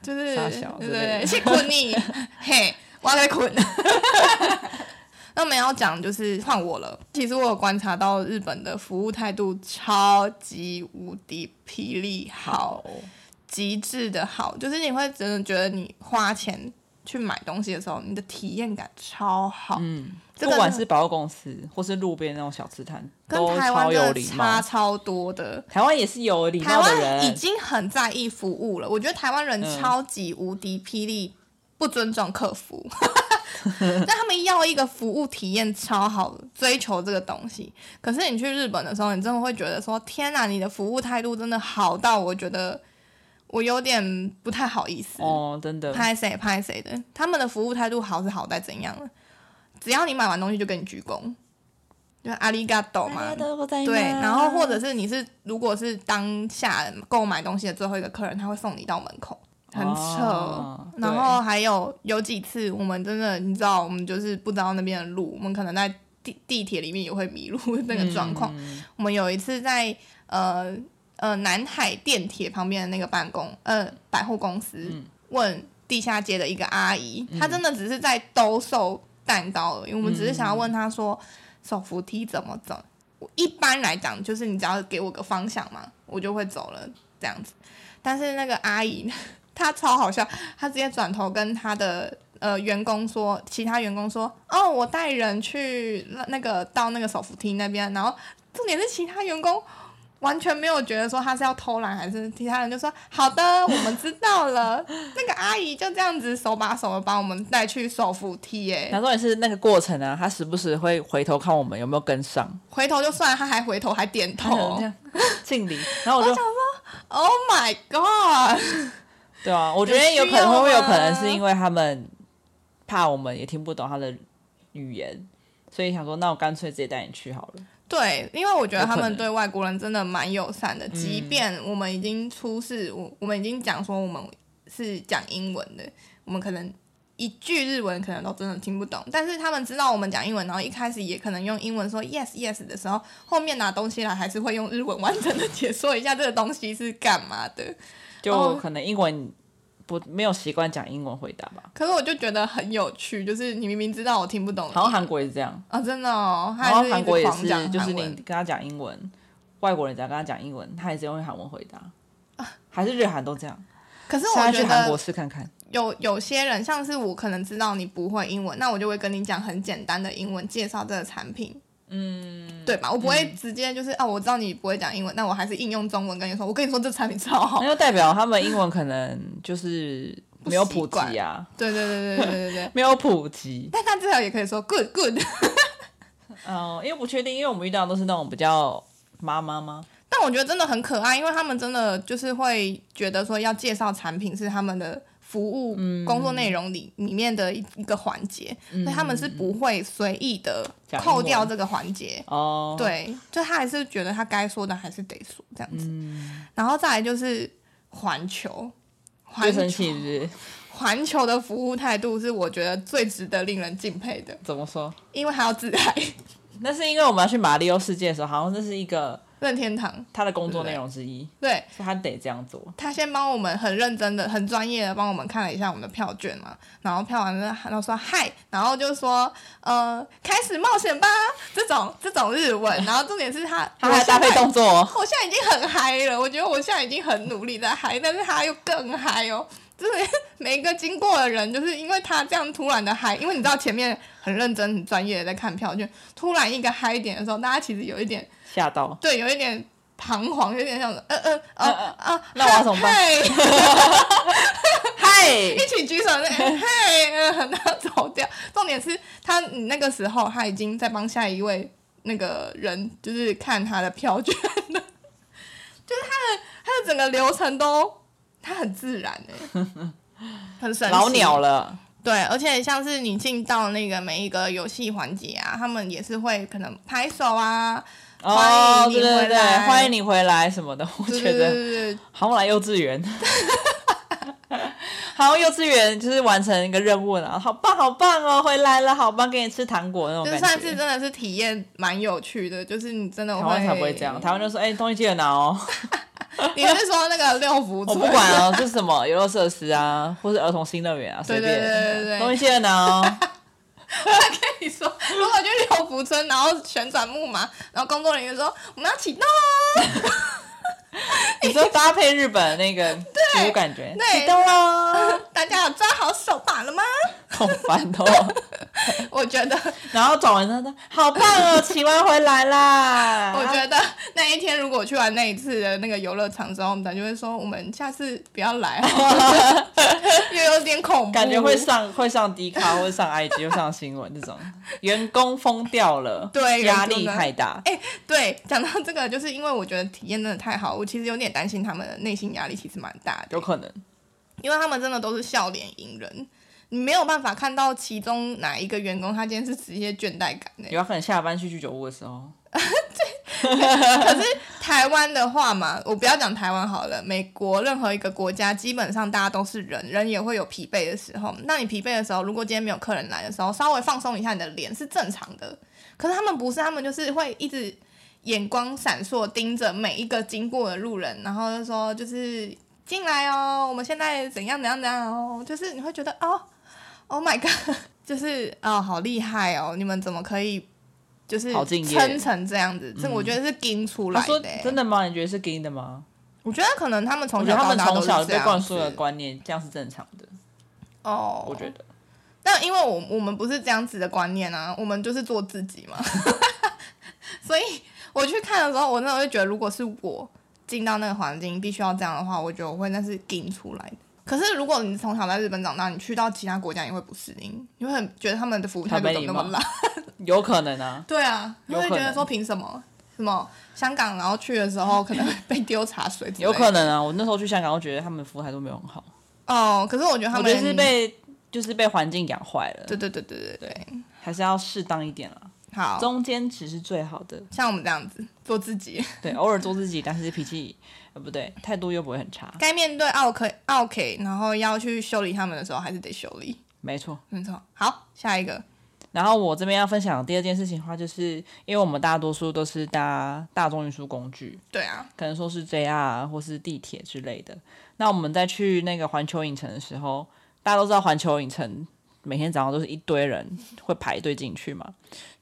A: 就是
B: 傻小
A: 对
B: 之类
A: 对，
B: 的
A: 去捆你， 嘿，我要在捆。 那我们要讲就是换我了。其实我有观察到日本的服务态度超级无敌霹雳好，极致的好，就是你会真的觉得你花钱去买东西的时候，你的体验感超好。嗯，这
B: 不
A: 个
B: 管是百货公司或是路边那种小吃摊，
A: 跟
B: 都
A: 台湾
B: 超有
A: 真的
B: 礼
A: 差
B: 貌。
A: 超多的。
B: 台湾也是有礼
A: 台
B: 貌的
A: 湾已
B: 人，嗯
A: 经很在意服务了，我觉得台湾人超级无敌霹雳不尊重客服， 但他们要一个服务体验超好的，追求这个东西。可是你去日本的时候，你真的会觉得说，天哪，你的服务态度真的好到我觉得我有点不太好意思。
B: 哦，真的，
A: 拍谁拍谁的，他们的服务态度好是好在怎样呢？只要你买完东西就跟你鞠躬，就阿里嘎多嘛，对，然
B: 啊
A: 后或者是你是如果是当下购买东西的最后一个客人，他会送你到门口，很扯。
B: 哦
A: 然
B: 对
A: 后还有有几次我们真的你知道，我们就是不知道那边的路，我们可能在地地铁里面也会迷路 那个状况。
B: 嗯
A: 我们有一次在呃呃南海电铁旁边的那个办公呃百货公司、问地下街的一个阿姨，她真的只是在兜售蛋糕而已。我们只是想要问她说手扶梯怎么走。我一般来讲就是你只要给我个方向嘛，我就会走了这样子。但是那个阿姨她超好笑，她直接转头跟她的。呃，员工说，其他员工说，哦，我带人去那那个到那个手扶梯那边，然后重点是其他员工完全没有觉得说他是要偷懒，还是其他人就说好的，我们知道了。那个阿姨就这样子手把手的把我们带去手扶梯、耶，
B: 然后重点是那个过程啊，他时不时会回头看我们有没有跟上，
A: 回头就算了，他还回头还点
B: 他可能
A: 头
B: 这。样 敬礼，然后我就
A: Oh my god！
B: 对啊，我觉得
A: 需
B: 有可能会
A: 要
B: 不会有可能
A: 吗
B: 是因为他们怕我们也听不懂他的语言，所以想说那我干脆直接带你去好了。
A: 对，因为我觉得他
B: 有可
A: 们
B: 能嗯
A: 对外国人真的蛮友善的，即便我们已经出示，我我们已经讲说我们是讲英文的，我们可能一句日文可能都真的听不懂，但是他们知道我们讲英文，然后一开始也可能用英文说 yes yes 的时候，后面拿东西来还是会用日文完整的解说一下这个东西是干嘛的。
B: 就
A: 哦
B: 可能英文不没有习惯讲英文回答吧，
A: 可是我就觉得很有趣，就是你明明知道我听不懂，
B: 好像韩国也是这样，
A: 啊、真的哦，他
B: 然
A: 还
B: 后
A: 是
B: 韩
A: 一
B: 国
A: 直
B: 也
A: 狂
B: 是，
A: 讲
B: 就是
A: 韩
B: 你
A: 文。
B: 跟他讲英文，外国人只要跟他讲英文，他也是用韩文回答，还是日韩都这样。
A: 啊可是我
B: 下次
A: 觉
B: 去韩
A: 得
B: 国试看看，
A: 有有些人，像是我可能知道你不会英文，那我就会跟你讲很简单的英文介绍这个产品，嗯，对吧？我不会直接就是、啊，我知道你不会讲英文，但我还是应用中文跟你说，我跟你说这产品超好
B: 那，就代表他们英文可能就是没有普
A: 不习
B: 及啊，
A: 对对对对对对对。
B: 没有普及。
A: 但他至少也可以说 good good，
B: 嗯、因为不确定，因为我们遇到的都是那种比较妈妈吗？
A: 但我觉得真的很可爱，因为他们真的就是会觉得说要介绍产品是他们的服务
B: 嗯
A: 工作内容里、里面的一一个环节，所以他们是不会随意的
B: 讲英文
A: 扣掉这个环节。
B: 哦，，
A: 对，就他还是觉得他该说的还是得说这样子。
B: 嗯
A: 然后再来就是环球，环
B: 最生
A: 球
B: 气是不是
A: 环球的服务态度是我觉得最值得令人敬佩的，
B: 怎么说？
A: 因为还要自嗨
B: 那是因为我们要去马里奥世界的时候，好像这是一个
A: 任天堂。
B: 他的工作内容之一，
A: 对
B: 所以他得这样做。
A: 他先帮我们很认真的、很专业的帮我们看了一下我们的票券嘛，然后票完了，然后说嗨，然后就说呃开始冒险吧，这种这种日文，然后重点是他
B: 他还搭配动作哦，
A: 我现在已经很嗨了，我觉得我现在已经很努力在嗨，但是他又更嗨哦。就是每一个经过的人，就是因为他这样突然的嗨，因为你知道前面很认真、很专业的在看票券，突然一个嗨点的时候，大家其实有一点
B: 吓到。
A: 对，有一点彷徨，有一点像呃呃呃
B: 呃
A: 呃，
B: 那我要怎么办
A: 嗨？
B: 嗨，
A: 一起举手， 那嘿，呃很难走掉。重点是他，你那个时候他已经在帮下一位那个人，就是看他的票券了，就是他的他的整个流程都他很自然哎、 很神奇
B: 老鸟了，
A: 对，而且像是你进到那个每一个游戏环节啊，他们也是会可能拍手啊，
B: 哦，
A: 欢迎你
B: 对对
A: 回
B: 对，
A: 来
B: 欢迎你回来什么的，我
A: 对
B: 觉
A: 对对
B: 得
A: 对对，
B: 好像来幼稚园。 好，幼稚园就是完成一个任务然后好棒好棒哦，回来了，好棒，给你吃糖果那种
A: 就
B: 感
A: 是
B: 觉。
A: 上次真的是体验蛮有趣的，就是你真的
B: 台
A: 会，
B: 湾才不会这样，台湾就说哎、东西记得拿哦，
A: 你是说那个六福
B: 我
A: 村？
B: 不管哦，这是什么游乐设施啊，或是儿童新乐园啊，随
A: 对
B: 便。
A: 对对对对
B: 东
A: 对，
B: 西记得拿哦。
A: 你说如果去六福村，然后旋转木马，然后工作人员说我们要启动哦，
B: 你说搭配日本那个植物感觉，
A: 对
B: 知道 啦，
A: 哦大家有抓好手把了吗？
B: 好烦 哦。
A: 我觉得，
B: 然后转完之后说，好棒哦，骑完回来啦。
A: 我觉得那一天如果去完那一次的那个游乐场之后，我们等就会说，我们下次不要来好 了， 又有点恐怖，
B: 感觉会上会上 D 卡，会上 IG，会上新闻这种，员工疯掉了，
A: 对
B: 压
A: 员工
B: 力
A: 呢
B: 太大。
A: 对，讲到这个，就是因为我觉得体验真的太好，我其实有点担心他们的内心压力其实蛮大的
B: 有，可能，
A: 因为他们真的都是笑脸迎人，你没有办法看到其中哪一个员工他今天是直接倦怠感的、
B: 有啊可能下班去居酒屋的时候，
A: 可是台湾的话嘛，我不要讲台湾好了，美国任何一个国家基本上大家都是人，人也会有疲惫的时候。那你疲惫的时候，如果今天没有客人来的时候，稍微放松一下你的脸是正常的。可是他们不是，他们就是会一直眼光闪烁盯着每一个经过的路人，然后就说就是进来哦，我们现在怎样怎样怎样哦，就是你会觉得哦，Oh my god，就是 哦好厉害哦，你们怎么可以？就是
B: 好敬业
A: 撑成这样子，这我觉得是盯出
B: 嗯
A: 来
B: 他
A: 的、
B: 说
A: 欸
B: 真的吗？你觉得是 gay 的吗？
A: 我觉得可能他们
B: 我
A: 从
B: 觉
A: 小
B: 得他
A: 到
B: 们
A: 大都
B: 从
A: 是
B: 小
A: 这
B: 被
A: 样
B: 灌输的
A: 子
B: 观念，这样是正常的，
A: 哦，
B: 我觉。得。
A: 但因为我我们不是这样子的观念啊，我们就是做自己嘛。 所以我去看的时候，我那时候就觉得，如果是我进到那个环境，必须要这样的话，我觉得我会那是硬出来的。可是如果你从小在日本长大，你去到其他国家，你会不适应，你会很觉得他们的服务态度
B: 很
A: 怎
B: 没
A: 么那么
B: 礼貌
A: 烂？
B: 有可能啊，
A: 对啊，你
B: 有
A: 会
B: 可
A: 觉得
B: 能
A: 说凭什么？什么香港，然后去的时候可能会被丢茶水之类的，
B: 有可能啊。我那时候去香港，我觉得他们服务态度没有很好，
A: 哦。可是我觉得他
B: 我
A: 们
B: 觉得是被就是被环境养坏了，
A: 对对对对对对，
B: 还是要适当一点啦。
A: 好，
B: 中间值是最好的，
A: 像我们这样子做自己，
B: 对，偶尔做自己，但是脾气呃不对，态度又不会很差。
A: 该面对奥 K 奥 K，然后要去修理他们的时候，还是得修理。
B: 没错。
A: 没错，好，下一个，
B: 然后我这边要分享的第二件事情的话，就是因为我们大多数都是搭大众运输工具，
A: 对啊，
B: 可能说是 JR 或是地铁之类的。那我们在去那个环球影城的时候，大家都知道环球影城每天早上都是一堆人会排队进去嘛，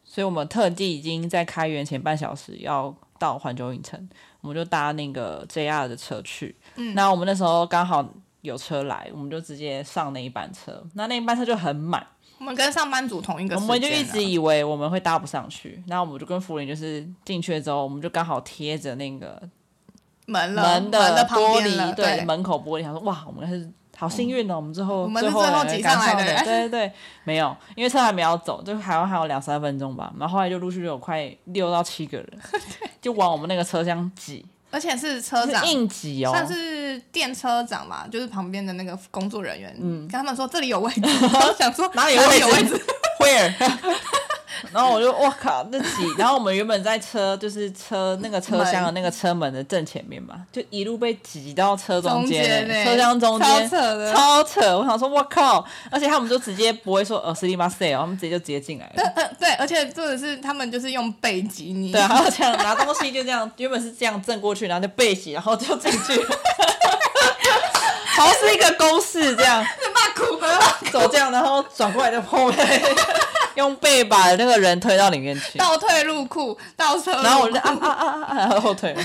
B: 所以我们特地已经在开园前半小时要到环球影城，我们就搭那个 JR 的车去。嗯，那我们那时候刚好有车来，我们就直接上那一班车，那那一班车就很满。
A: 我们跟上班族同一个时间
B: 我
A: 啊、
B: 们就一直以为我们会搭不上去，然后我们就跟福林就是进去了之后，我们就刚好贴着那个
A: 门了
B: 门的
A: 旁
B: 玻
A: 边了，
B: 璃，
A: 对，嗯
B: 门口玻璃，想说哇，我们还是好幸运哦，我们最后
A: 我们是
B: 最后
A: 最后
B: 有人
A: 挤
B: 赶
A: 上来的
B: 的， 对对对，没有，因为车还没有走，就还要还有两三分钟吧，然后后来就陆续有快六到 七个人，就往我们那个车厢挤，
A: 而且是车长
B: 是。硬挤哦，
A: 算是电车长吧，就是旁边的那个工作人员，嗯，跟他们说这里有位 置，然后想说
B: 哪里有
A: 有
B: 位置
A: 位置，
B: Where？然后我就我靠，那挤！然后我们原本在车，就是车那个车厢的那个车门的正前面嘛，就一路被挤到车中间、
A: 呢
B: 车厢中
A: 欸超
B: 间，
A: 扯的，
B: 超扯！我想说，我靠！而且他们就直接不会说呃 s l i m a s a y 他们直接就直接进来了。
A: 呃对，而且真的是他们就是用背脊你，
B: 对，然啊后这样拿东西就这样，原本是这样正过去，然后就背洗，然后就进 去，好像是一个公式这样。
A: 骂哭了。
B: 走这样，然后转过来就后面，用背把那个人推到里 面去，
A: 倒退入库，倒车入库，
B: 然后我就啊啊啊啊，然后后退了。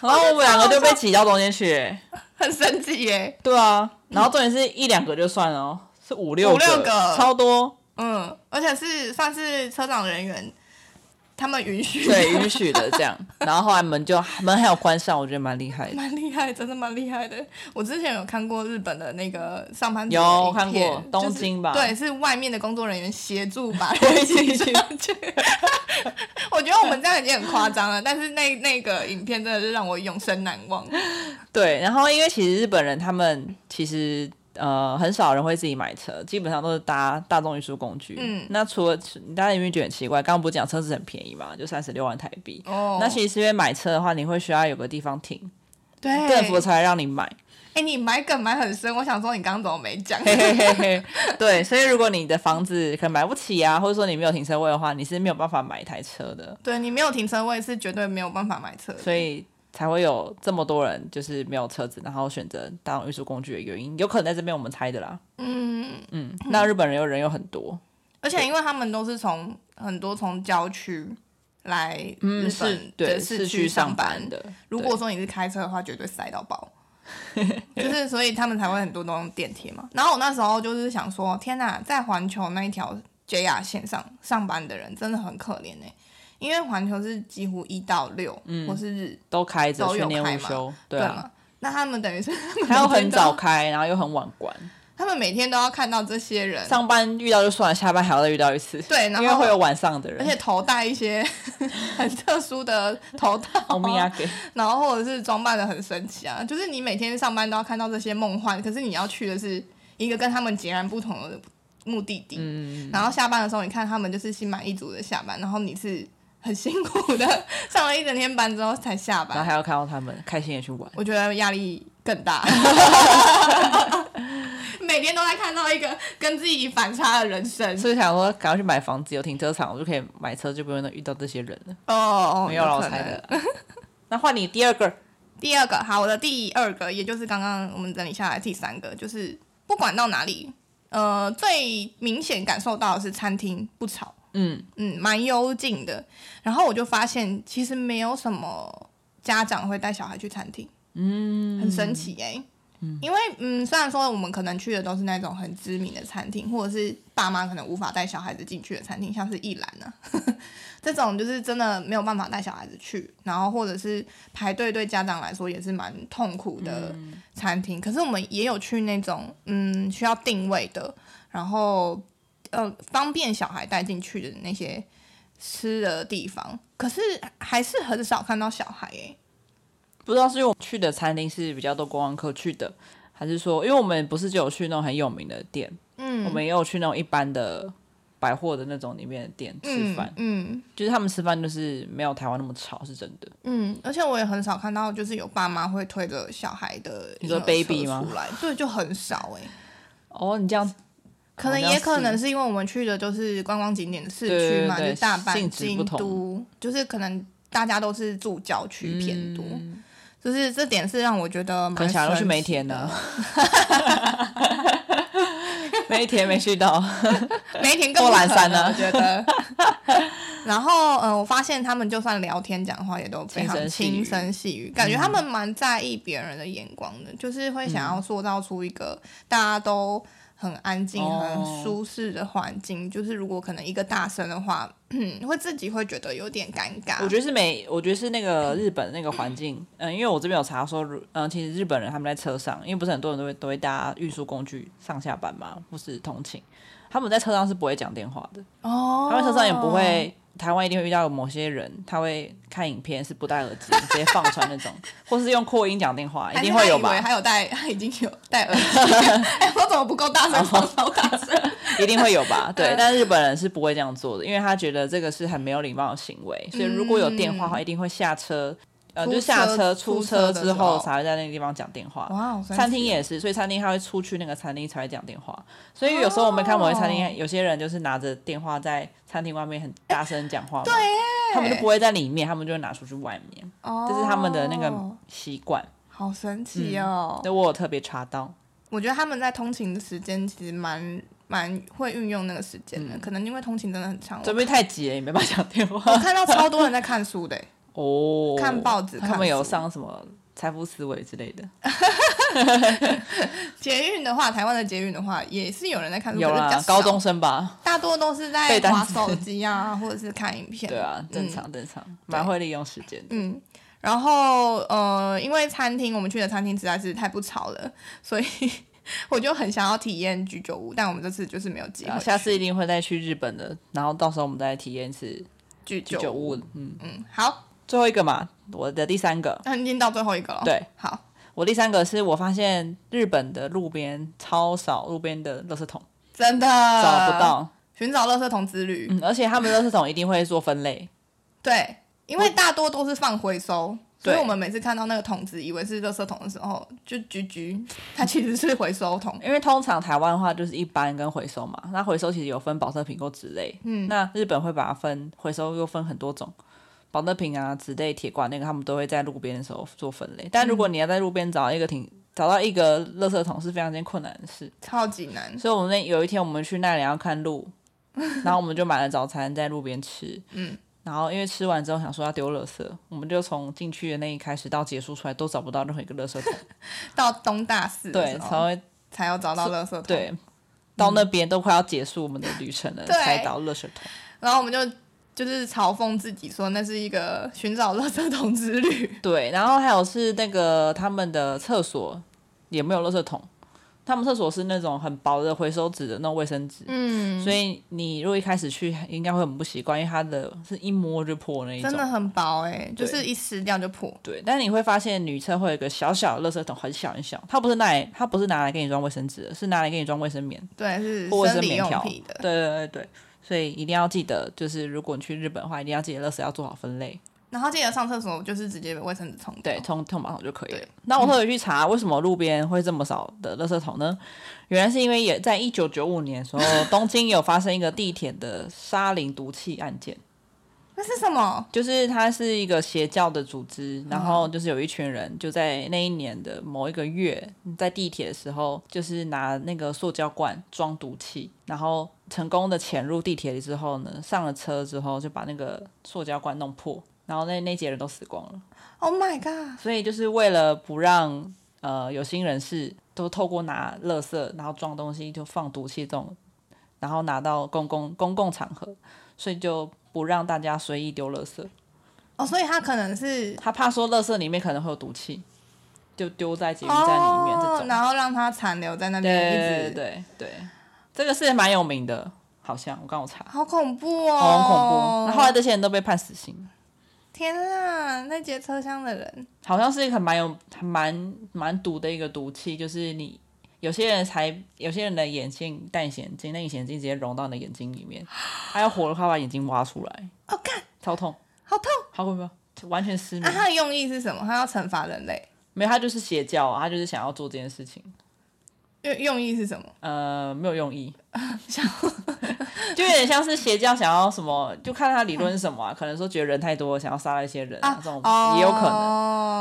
B: 然后我们两个就被挤到中间去，
A: 很生气耶。
B: 对啊，然后重点是一两个就算了哦，是五六
A: 五六个
B: 超多，
A: 嗯，而且是算是车长人员，他们允许，
B: 对，允许的这样。然后后来门就门还有关上，我觉得蛮厉害的。
A: 蛮厉害，真的蛮厉害的。我之前有看过日本的那个上班族
B: 有
A: 的影
B: 看过
A: 片
B: 东京吧
A: 就是对，是外面的工作人员协助 把
B: 推
A: 人
B: 进
A: 挤
B: 去
A: 上去。 我觉得我们这样已经很夸张了，但是那那个影片真的是让我永生难忘。
B: 对，然后因为其实日本人他们其实呃很少人会自己买车，基本上都是搭大众运输工具。
A: 嗯
B: 那除了大家有没有觉得很奇怪？刚刚不是讲车子很便宜嘛，就三十六万台币。
A: 哦，
B: 那其实因为买车的话，你会需要有个地方停，
A: 对，
B: 政府才让你买。
A: 哎，你埋梗埋很深，我想说你刚刚怎么没讲？
B: 嘿嘿嘿嘿，对，所以如果你的房子可能买不起啊，或者说你没有停车位的话，你是没有办法买一台车的，
A: 对你没有停车位是绝对没有办法买车的，
B: 所以才会有这么多人就是没有车子，然后选择大众运输工具的原因，有可能在这边我们猜的啦。
A: 嗯。
B: 嗯，那日本人又人又很多，
A: 而且因为他们都是从很多从郊区来
B: 嗯，
A: 日
B: 是
A: 本
B: 对
A: 的
B: 市
A: 市
B: 区
A: 上
B: 班的。
A: 如
B: 对
A: 果说你是开车的话，绝对塞到 爆。就是，所以他们才会很多都用电梯嘛。然后我那时候就是想说，天哪，在环球那一条 JR 线上上班的人真的很可怜呢、欸因为环球是几乎一到六、或是日
B: 都开着，
A: 都有
B: 全年
A: 开
B: 无
A: 嘛啊
B: 休，嗯对
A: 对
B: 啊，
A: 嘛，那他们等于是
B: 还
A: 每天
B: 有很
A: 都
B: 早，开，然后又很晚关，
A: 他们每天都要看到这些人，
B: 上班遇到就算了，下班还要再遇到一次，
A: 对然后
B: 因为会有晚上的人，
A: 而且头戴一些 很特殊的头套、
B: 欧米亚给
A: 然后或者是装扮的很神奇啊，就是你每天上班都要看到这些梦幻，可是你要去的是一个跟他们截然不同的目的
B: 嗯
A: 地。然后下班的时候，你看他们就是心满意足的下班，然后你是很辛苦的上了一整天班之后才下
B: 然后
A: 班，
B: 还要看到他们开心的去玩，
A: 我觉得压力更 大。每天都在看到一个跟自己反差的人生。
B: 所以想说赶快去买房子，有停车场，我就可以买车，就不用遇到这些人了。
A: 哦哦，
B: 没有了，
A: 有
B: 我
A: 可
B: 猜
A: 能
B: 的啦。 那换你第二个，
A: 第二个，好，我的第二个，也就是刚刚我们整理下来的第三个，就是不管到哪里，呃，最明显感受到的是餐厅不吵，
B: 嗯，
A: 嗯，蛮幽静的。然后我就发现，其实没有什么家长会带小孩去餐厅，嗯，很神奇哎、因为嗯，虽然说我们可能去的都是那种很知名的餐厅，或者是爸妈可能无法带小孩子进去的餐厅，像是一兰啊， 这种就是真的没有办法带小孩子去，然后或者是排队对家长来说也是蛮痛苦的餐厅。可是我们也有去那种嗯需要定位的，然后呃方便小孩带进去的那些吃的地方，可是还是很少看到小孩欸诶、
B: 不知道是因为我去的餐厅是比较多观光客去的，还是说因为我们不是就有去那种很有名的店，
A: 嗯，
B: 我们也有去那种一般的百货的那种里面的店吃饭，
A: 嗯
B: 就是他们吃饭就是没有台湾那么吵，是真的。
A: 嗯嗯，而且我也很少看到，就是有爸妈会推着小孩的
B: 你说
A: 婴儿车
B: baby 吗
A: 出来，对，就很少 哎、
B: 哦，你这样
A: 可能
B: 好像
A: 也可
B: 是
A: 能是因为我们去的就是观光景点的市
B: 对
A: 区嘛，
B: 对对
A: 就大阪、
B: 性质不
A: 京
B: 同
A: 都，就是可能大家都是住郊区偏多，
B: 嗯
A: 就是这点是让我觉得蛮
B: 可能想要去
A: 神
B: 梅
A: 奇
B: 田呢
A: 的，
B: 梅田没去到，
A: 梅田更不
B: 波兰山
A: 呢，
B: 呢
A: 我觉得。 然后，嗯、我发现他们就算聊天讲话也都非常轻
B: 轻声细语
A: 声细语，感觉他们蛮在意别人的眼光
B: 嗯
A: 的，就是会想要塑造出一个大家都很安静、
B: 哦
A: 很舒适的环境。就是如果可能一个大声的话， 嗯，会自己会觉得有点尴尬。
B: 我觉得是美，我觉得是那个日本那个环境，嗯，因为我这边有查说，如嗯，其实日本人他们在车上，因为不是很多人都会都会搭运输工具上下班嘛，或是通勤，他们在车上是不会讲电话的，
A: 哦，
B: 他们车上也不。会。台湾一定会遇到某些人，他会看影片是不戴耳机，直接放传那种，或是用扩音讲电话，一定会有吧？
A: 还有戴， 他已经有戴耳机。 哎，我怎么不够大
B: 哦
A: 声？放超大声。
B: 一定会有 吧？对
A: 嗯，
B: 但日本人是不会这样做的，因为他觉得这个是很没有礼貌的行为，所以如果有电话的话，一定会下车，呃，
A: 嗯出
B: 就下车
A: 车
B: 出
A: 出
B: 车
A: 车
B: 之
A: 的时候
B: 后才会在那个地方讲电话。
A: 哇，好神奇
B: 餐厅也是，所以餐厅他会出去那个餐厅才会讲电
A: 哦
B: 话，所以有时候我们看某些餐厅，有些人就是拿着电话在餐厅外面很大声讲话嘛，对，他们就不会在里面，他们就会拿出去外面，
A: 哦，
B: 这是他们的那个习惯。
A: 好神奇
B: 嗯
A: 哦！
B: 那我有特别查到，
A: 我觉得他们在通勤的时间其实蛮蛮会运用那个时间的，可能因为通勤真的很长。
B: 嗯这边太急了，也没办法讲电话
A: 我。看到超多人在看书的 欸，
B: 哦，
A: 看报纸
B: 他
A: 看
B: 们有
A: 书
B: 上什么财富思维之类的，
A: 捷运的话，台湾的捷运的话也是有人在看书，
B: 有
A: 可嗯是比较
B: 啦，
A: 少
B: 高中生吧，
A: 大多都是在
B: 背单
A: 划
B: 词
A: 手机啊， 或者是看影片。
B: 对啊，正
A: 嗯
B: 常正常，蛮会利用时间的。
A: 嗯，然后呃，因为餐厅我们去的餐厅实在是太不吵了，所以 我就很想要体验居酒屋，但我们这次就是没有机
B: 然
A: 会
B: 后
A: 去。
B: 啊下次一定会再去日本的，然后到时候我们再体验一次
A: 居
B: 居酒屋。嗯，
A: 嗯，好，
B: 最后一个嘛，我的第三个，
A: 那已经到最后一个了。，
B: 对
A: 好，
B: 我第三个是我发现日本的路边超少路边的垃圾桶，
A: 真的
B: 找不，到，
A: 寻找垃圾桶之旅。
B: 嗯，而且他们垃圾桶一定会做分类，
A: 对，因为大多都是放回收，所以
B: 对
A: 我们每次看到那个桶子，以为是垃圾桶的时候，就居居， 它其实是回收桶。
B: 因为通常台湾的话就是一般跟回收嘛，那回收其实有分保特瓶或纸类，嗯，那日本会把它分回收又分很多种，保特瓶啊、纸类、铁罐那个他们都会在路边的时候做分类，但如果你要在路边找一个挺找到一个垃圾桶是非常件困难的事，
A: 超级难，
B: 所以 我们那有一天我们去奈良要看鹿，然后我们就买了早餐在路边吃，嗯，然后因为吃完之后想说要丢垃圾，我们就从进去的那一开始到结束出来都找不到任何一个垃圾桶，
A: 到东大寺的
B: 对，
A: 时候
B: 才会
A: 才要找到垃圾桶。
B: 对。到那边都快要结束我们的旅程了，
A: 嗯对
B: 才到垃圾桶。
A: 然后我们就就是嘲讽自己说那是一个寻找垃圾桶之旅。
B: 对，然后还有是那个他们的厕所也没有垃圾桶，他们厕所是那种很薄的回收纸的那种卫生纸，
A: 嗯，
B: 所以你如果一开始去应该会很不习惯，因为它的是一摸就破那一种
A: 真。的很薄哎、就
B: 对
A: 是一撕掉就破。
B: 对，但你会发现女厕会有一个小小的垃圾桶，很小很小，它不是拿来，它不是拿来给你装卫生纸的，是拿来给你装卫生棉
A: 对，是
B: 或卫
A: 生
B: 生
A: 理
B: 棉
A: 用
B: 条。
A: 品
B: 对
A: 的。
B: 对对对，所以一定要记得，就是如果你去日本的话，一定要记得垃圾要做好分类。
A: 然后记得上厕所就是直接把卫生纸冲掉
B: 对，。冲冲马桶就可以了
A: 对。
B: 那我特别去查为什么路边会这么少的垃圾桶呢？原来是因为也在一九九五年的时候，东京有发生一个地铁的沙林毒气案件，
A: 那是什么？
B: 就是它是一个邪教的组织，然后就是有一群人就在那一年的某一个月，在地铁的时候，就是拿那个塑胶罐装毒气，然后成功的潜入地铁里之后呢，上了车之后就把那个塑胶罐弄破，然后那那几个人都死光了。
A: Oh my god！
B: 所以就是为了不让呃有心人士都透过拿垃圾，然后装东西就放毒气这种，然后拿到公共公共场合，所以就不让大家随意丢垃圾。
A: 哦，所以他可能是
B: 他怕说垃圾里面可能会有毒气，就丢在捷运站里面这
A: 哦，
B: 种。
A: 然后让它残留在那边，一
B: 对对
A: 直
B: 对对，这个是蛮有名的，好像我刚我查，
A: 好恐怖哦，
B: 好恐怖。那后来这些人都被判死刑。
A: 天啊，那节车厢的人，
B: 好像是一个蛮有蛮蛮毒的一个毒气，就是你有些人才有些人的眼镜戴隐形眼镜，那隐形眼镜直接融到你的眼睛里面， 还要火的话把眼睛挖出来，
A: 哦，看
B: 超痛，
A: 好痛！
B: 好恐怖，完全失
A: 那、
B: 明。
A: 他的用意是什么？他要惩罚人类，
B: 没有，他就是邪教啊，他就是想要做这件事情，
A: 用用意是什么？
B: 呃，没有 用意， 就有点像是邪教想要什么，就看他理论是 什么啊，可能说觉得人太多，想要杀了一些人啊，这种
A: 哦、
B: 也有可能。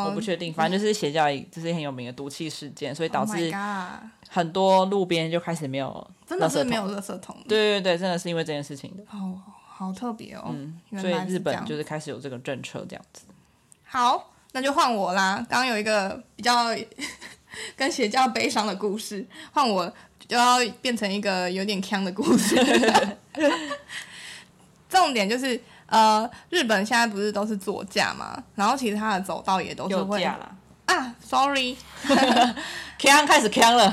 B: 我
A: 能
B: 不确定，反正就是邪教，就是很有名的毒气事件，所以导
A: Oh
B: 致
A: my god！
B: 很多路边就开始没有
A: 真的
B: 垃圾
A: 是
B: 桶
A: 没有垃圾桶，，
B: 对对对，真的是因为这件事情的，
A: 哦，好特别哦，
B: 嗯，
A: 原
B: 所以
A: 来是
B: 日
A: 这
B: 本
A: 样
B: 就是开始有这个政策这样子。
A: 好，那就换我啦。刚刚有一个比较 跟邪教悲伤的故事，换我就要变成一个有点腔的故事。 重点就是，呃，日本现在不是都是座驾嘛，然后其实它的走道也都是会
B: 啦，
A: 啊，sorry，
B: 扛开始扛 了，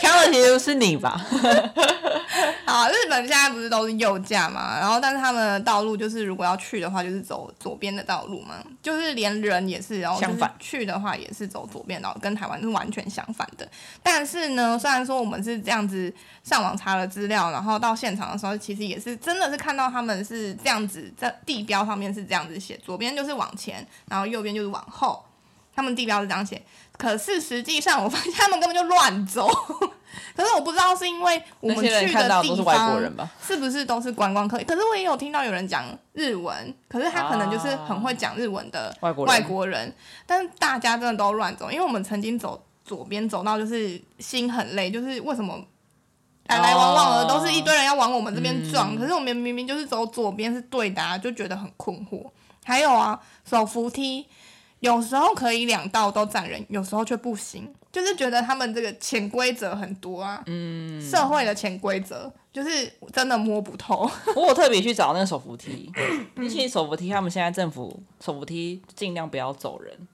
B: 扛的其实是你吧？
A: 啊，日本现在不是都是右驾嘛，然后但是他们的道路就是如果要去的话，就是走左边的道路嘛，就是连人也是，然后就是
B: 相反
A: 去的话也是走左边道路，跟台湾是完全相反的。但是呢，虽然说我们是这样子上网查了资料，然后到现场的时候，其实也是真的是看到他们是这样子，在地标上面是这样子写，左边就是往前，然后右边就是往后，他们地标是这样写。可是实际上，我发现他们根本就乱走。 可是我不知道是因为我
B: 那
A: 们
B: 些人
A: 去的
B: 看到
A: 地
B: 都是
A: 方
B: 外国人吧？
A: 是不是都是观光客？可是我也有听到有人讲日文，可是他可能就是很会讲日文的
B: 外国人，
A: 外国人，但是大家真的都乱走，因为我们曾经走左边走到就是心很累，就是为什么来来往往的
B: 哦
A: 都是一堆人要往我们这边撞，
B: 嗯
A: 可是我们明明就是走左边是对的、啊，就觉得很困惑。还有啊，手扶梯有时候可以两道都站人，有时候却不行，就是觉得他们这个潜规则很多啊，嗯，社会的潜规则就是真的摸不透。
B: 我有特别去找那个手扶梯，
A: 嗯
B: 因为其实手扶梯他们现在政府手扶梯尽量不要走人，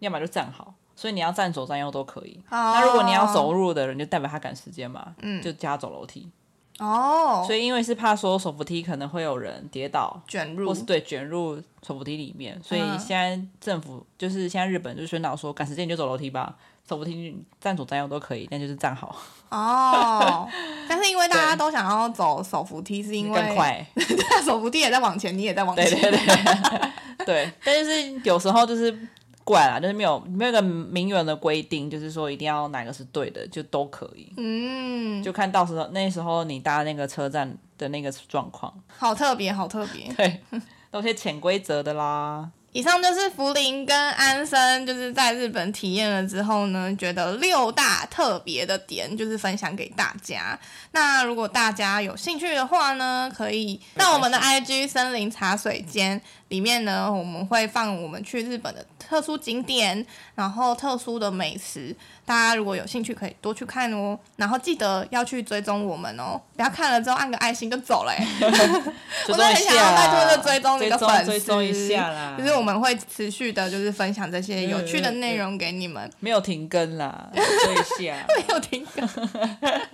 B: 要么就站好。所以你要站左站右都可以。
A: 哦
B: 那如果你要走路的人，就代表他赶时间嘛，
A: 嗯
B: 就加走楼梯。
A: 哦，
B: 所以因为是怕说手扶梯可能会有人跌倒，
A: 卷
B: 或
A: 入
B: 是对卷入手扶梯里面，所以
A: 嗯
B: 现在政府就是现在日本就宣导说，赶时间你就走楼梯吧，手扶梯你站左站右都可以，但就是站好
A: 哦，但是因为大家
B: 对
A: 都想要走手扶梯，是因为
B: 更快。
A: 手扶梯也在往前，你也在往前，
B: 对对对 对，但就是有时候就是怪啦，就是没有没有一个明文的规定，就是说一定要哪个是对的，就都可以。
A: 嗯，
B: 就看到时候那时候你搭那个车站的那个状况，
A: 好特别，好特别。
B: 对，都有些潜规则的啦。
A: 以上就是福林跟安生就是在日本体验了之后呢，觉得六大特别的点，就是分享给大家。那如果大家有兴趣的话呢，可以到我们的 IG 森林茶水间里面呢，我们会放我们去日本的特殊景点，然后特殊的美食。大家如果有兴趣，可以多去看哦。然后记得要去追踪我们哦，不要看了之后按个爱心就走了、欸。
B: 追
A: 我真
B: 踪一
A: 的很想
B: 下
A: 要拜
B: 啦，
A: 托就追踪你的
B: 追
A: 粉丝，
B: 追踪一下啦，
A: 就是我们会持续的，就是分享这些有趣的内容给你们。
B: 没有停更啦，追 一下。
A: 没有听懂。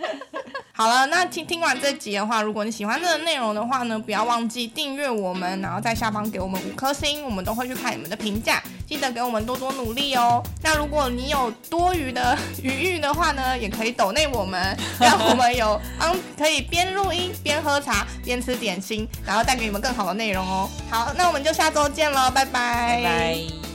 A: 好了，那听听完这集的话，如果你喜欢这个内容的话呢，不要忘记订阅我们，然后在下方给我们五颗星，我们都会去看你们的评价，记得给我们多多努力哦。那如果你有多余的余裕的话呢，也可以抖内我们，让我们有嗯可以边录音边喝茶边吃点心，然后带给你们更好的内容哦。好，那我们就下周见喽，拜
B: 拜拜。